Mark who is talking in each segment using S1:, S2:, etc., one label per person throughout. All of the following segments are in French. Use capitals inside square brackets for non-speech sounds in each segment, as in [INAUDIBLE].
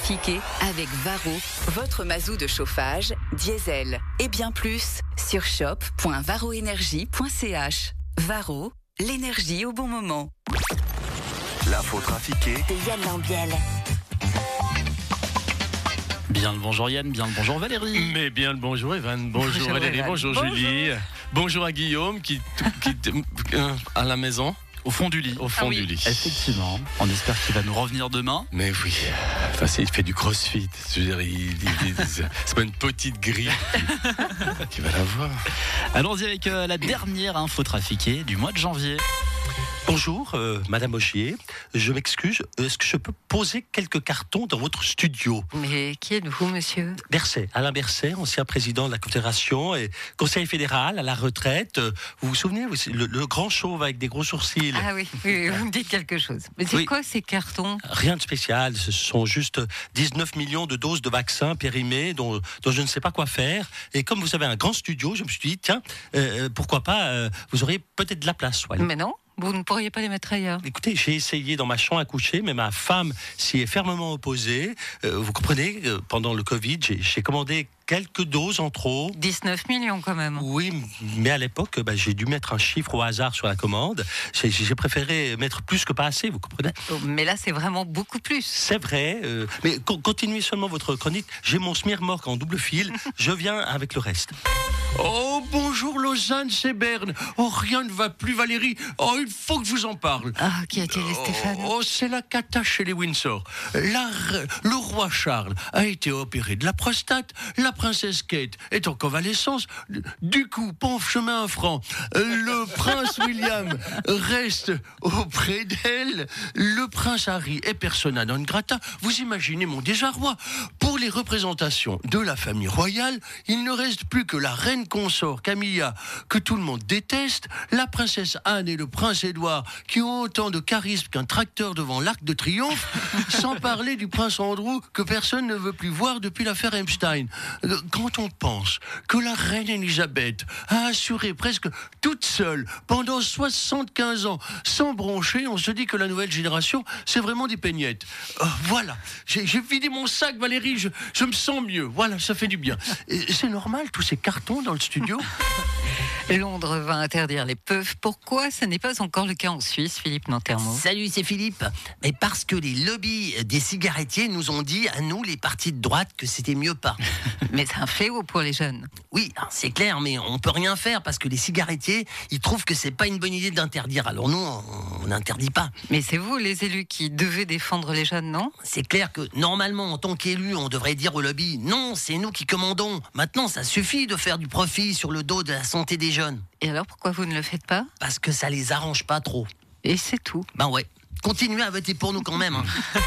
S1: électrifiée avec Varro, votre mazou de chauffage, diesel et bien plus sur shop.varroénergie.ch. Varro, l'énergie au bon moment.
S2: L'info trafiquée
S3: de Yann Lambiel.
S4: Bien le bonjour Yann, bien le bonjour Valérie.
S5: Mais bien le bonjour Evan, bonjour,
S1: Bonjour,
S5: Valérie,
S1: Evan.
S5: bonjour,
S1: Bonjour.
S5: Julie, bonjour à Guillaume qui, qui euh, à la maison
S4: Au fond du lit.
S5: au fond du lit.
S4: Effectivement, on espère qu'il va nous revenir demain.
S5: Mais oui, enfin, c'est- il fait du crossfit. Je veux dire, il- il- il- c'est pas une petite [LAUGHS] grille qui, qui va l'avoir.
S4: Allons-y avec euh, la dernière info trafiquée du mois de janvier.
S6: Bonjour, euh, Madame Ochier. Je m'excuse. Est-ce que je peux poser quelques cartons dans votre studio
S7: Mais qui êtes-vous, monsieur
S6: Berset, Alain Berset, ancien président de la Confédération et conseiller fédéral à la retraite. Euh, Vous vous souvenez, vous, c'est le, le grand chauve avec des gros sourcils
S7: Ah oui, oui, vous me dites quelque chose. Mais c'est
S6: Oui.
S7: quoi ces cartons
S6: Rien de spécial, ce sont juste 19 millions de doses de vaccins périmés dont, dont je ne sais pas quoi faire. Et comme vous avez un grand studio, je me suis dit, tiens, euh, pourquoi pas, euh, vous auriez peut-être de la place. ouais.
S7: Mais non, vous ne pourriez pas les mettre ailleurs.
S6: Écoutez, j'ai essayé dans ma chambre à coucher, mais ma femme s'y est fermement opposée. Euh, vous comprenez, euh, pendant le Covid, j'ai- j'ai commandé quelques doses en trop.
S7: 19 millions quand même.
S6: Oui, m- mais à l'époque, bah, j'ai dû mettre un chiffre au hasard sur la commande. J'ai- J'ai préféré mettre plus que pas assez, vous comprenez
S7: Oh, Mais là, c'est vraiment beaucoup plus.
S6: C'est vrai, euh, mais co- continuez seulement votre chronique. J'ai mon smirmorque en double fil. Je viens avec le reste.
S5: Oh, bonjour Lausanne, c'est Berne. Oh, rien ne va plus, Valérie. Oh, il faut que je vous en parle.
S7: Ah, qui a-t-il, Stéphane
S5: Oh, c'est la cata chez les Windsor. La re- le roi Charles a été opéré de la prostate. La princesse Kate est en convalescence. Du coup, pauvre chemin à franc. Le
S7: [LAUGHS]
S5: prince William reste auprès d'elle. Le prince Harry est persona non grata. Vous imaginez mon désarroi. Pour les représentations de la famille royale, il ne reste plus que la reine consort Camilla, que tout le monde déteste, la princesse Anne et le prince Édouard, qui ont autant de charisme qu'un tracteur devant l'Arc de Triomphe, sans parler du prince Andrew, que personne ne veut plus voir depuis l'affaire Epstein. Euh, Quand on pense que la reine Elisabeth a assuré presque toute seule pendant 75 ans, sans broncher, on se dit que la nouvelle génération, c'est vraiment des peignettes. Euh, voilà, j'ai j'ai vidé mon sac, Valérie, je, je me sens mieux. Voilà, ça fait du bien. Et C'est normal, tous ces cartons dans le studio
S7: Londres va interdire les puffs. Pourquoi ça n'est pas encore le cas en Suisse,
S6: [LAUGHS]
S7: Philippe Nantermont
S8: Salut, c'est Philippe. Mais parce que les lobbies des cigarettiers nous ont dit, à nous, les partis de droite, que c'était mieux pas.
S7: Mais c'est un fléau pour les jeunes.
S8: Oui, hein, c'est clair, mais on peut rien faire parce que les cigarettiers, ils trouvent que c'est pas une bonne idée d'interdire. Alors nous, on- on n'interdit pas.
S7: Mais c'est vous, les élus, qui devez défendre les jeunes, non
S8: C'est clair que normalement, en tant qu'élu, on devrait dire au lobby non, c'est nous qui commandons. Maintenant, ça suffit de faire du profit sur le dos de la santé des jeunes.
S7: Et alors, pourquoi vous ne le faites pas
S8: Parce que ça les arrange pas trop.
S7: Et c'est tout.
S8: Ben ouais. Continuez à voter pour nous quand même. hein.
S6: [LAUGHS]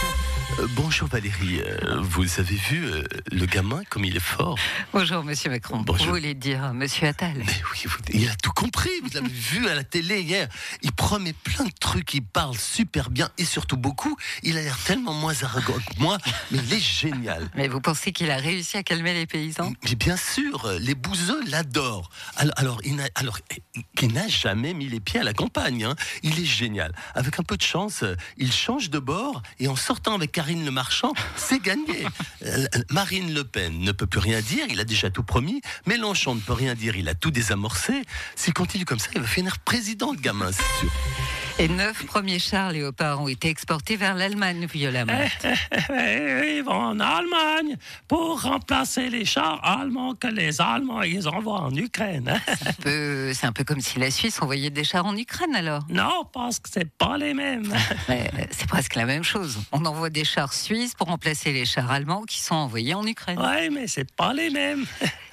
S6: Euh, bonjour Valérie. Euh, vous avez vu euh, le gamin comme il est fort
S7: Bonjour, monsieur Macron.
S6: Bonjour.
S7: Vous voulez dire monsieur Attal
S6: Mais oui, vous- il a tout compris. Vous l'avez vu à la télé hier. Il promet plein de trucs. Il parle super bien et surtout beaucoup. Il a l'air tellement moins arrogant que moi, mais il est génial.
S7: Mais vous pensez qu'il a réussi à calmer les paysans
S6: Mais bien sûr, les bouseux l'adorent. Alors, alors, il n'a, alors, il n'a jamais mis les pieds à la campagne. hein. Il est génial. Avec un peu de chance, euh, il change de bord et en sortant avec Karine Le Marchand, c'est gagné. Euh, Marine Le Pen ne peut plus rien dire. Il a déjà tout promis. Mélenchon ne peut rien dire. Il a tout désamorcé. S'il continue comme ça, il va finir président, le gamin, c'est sûr.
S7: Et neuf premiers chars léopards ont été exportés vers l'Allemagne violemment.
S6: Eh Ils vont en Allemagne pour remplacer les chars allemands que les Allemands ils envoient en Ukraine. hein.
S7: Un peu- C'est un peu comme si la Suisse envoyait des chars en Ukraine alors.
S6: Non, parce que c'est pas les
S5: [LAUGHS]
S6: mêmes.
S7: Ouais, C'est presque la même chose. On envoie des chars suisses pour remplacer les chars allemands qui sont envoyés en Ukraine.
S6: Ouais, mais c'est pas les mêmes.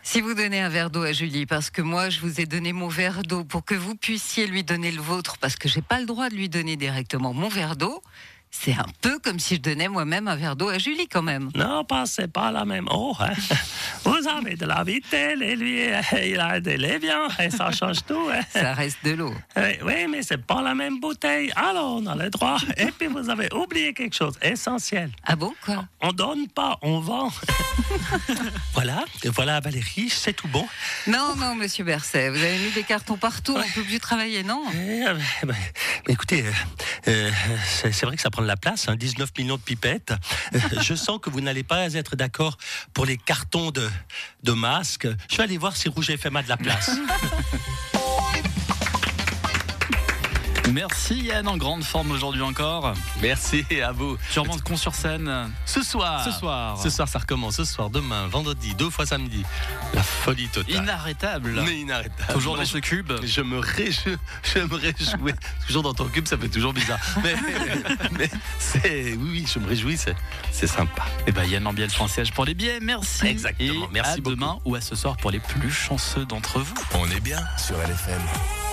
S7: Si vous donnez un verre d'eau à Julie, parce que moi je vous ai donné mon verre d'eau pour que vous puissiez lui donner le vôtre, parce que j'ai pas le droit de lui donner directement mon verre d'eau, c'est un peu comme si je donnais moi-même un verre d'eau à Julie
S6: [LAUGHS]
S7: quand même.
S6: Non, parce que c'est pas la même eau.
S5: [LAUGHS]
S6: hein. Vous avez de la vitelle et lui, euh, il a des léviens et ça change tout.
S5: [LAUGHS]
S6: hein.
S7: Ça reste de l'eau.
S6: Euh, Oui, mais c'est pas la même bouteille. Alors, on a le
S5: [LAUGHS]
S6: droit. Et puis, vous avez oublié quelque chose essentiel.
S7: Ah bon quoi
S6: On donne pas, on
S5: [LAUGHS]
S6: vend. voilà, et voilà Valérie, c'est tout
S5: [LAUGHS]
S6: bon.
S7: Non, non, monsieur Berset, vous avez mis des cartons
S5: ah ben,
S7: partout, on peut plus travailler, non
S6: Eh, euh, bah, bah, écoutez, euh, euh, c'est c'est vrai que ça
S5: prendre la place, hein, 19 millions de pipettes. [LAUGHS] je sens que vous n'allez pas être d'accord pour les cartons de, de masques. Je vais aller voir si Rouge FM a de la place.
S4: Merci Yann, en grande forme aujourd'hui encore.
S5: Merci à vous.
S4: Tu remontes con sur scène
S5: Ce soir.
S4: ce soir.
S5: Ce soir, ça recommence. Ce soir, demain, vendredi, deux fois samedi. La folie totale.
S4: Inarrêtable.
S5: Mais euh, inarrêtable.
S4: Toujours
S5: Moi,
S4: dans
S5: je-
S4: ce cube.
S5: Je me réjouis. Je me
S4: [LAUGHS]
S5: réjouis. toujours dans ton cube, ça fait toujours bizarre. Mais, mais c'est. Oui, oui, je me réjouis, c'est, c'est sympa.
S4: Et bah Yann Ambiel français pour les billets, merci.
S5: Exactement,
S4: Et
S5: merci
S4: à demain ou à ce soir pour les plus chanceux d'entre vous.
S9: On est bien sur LFM.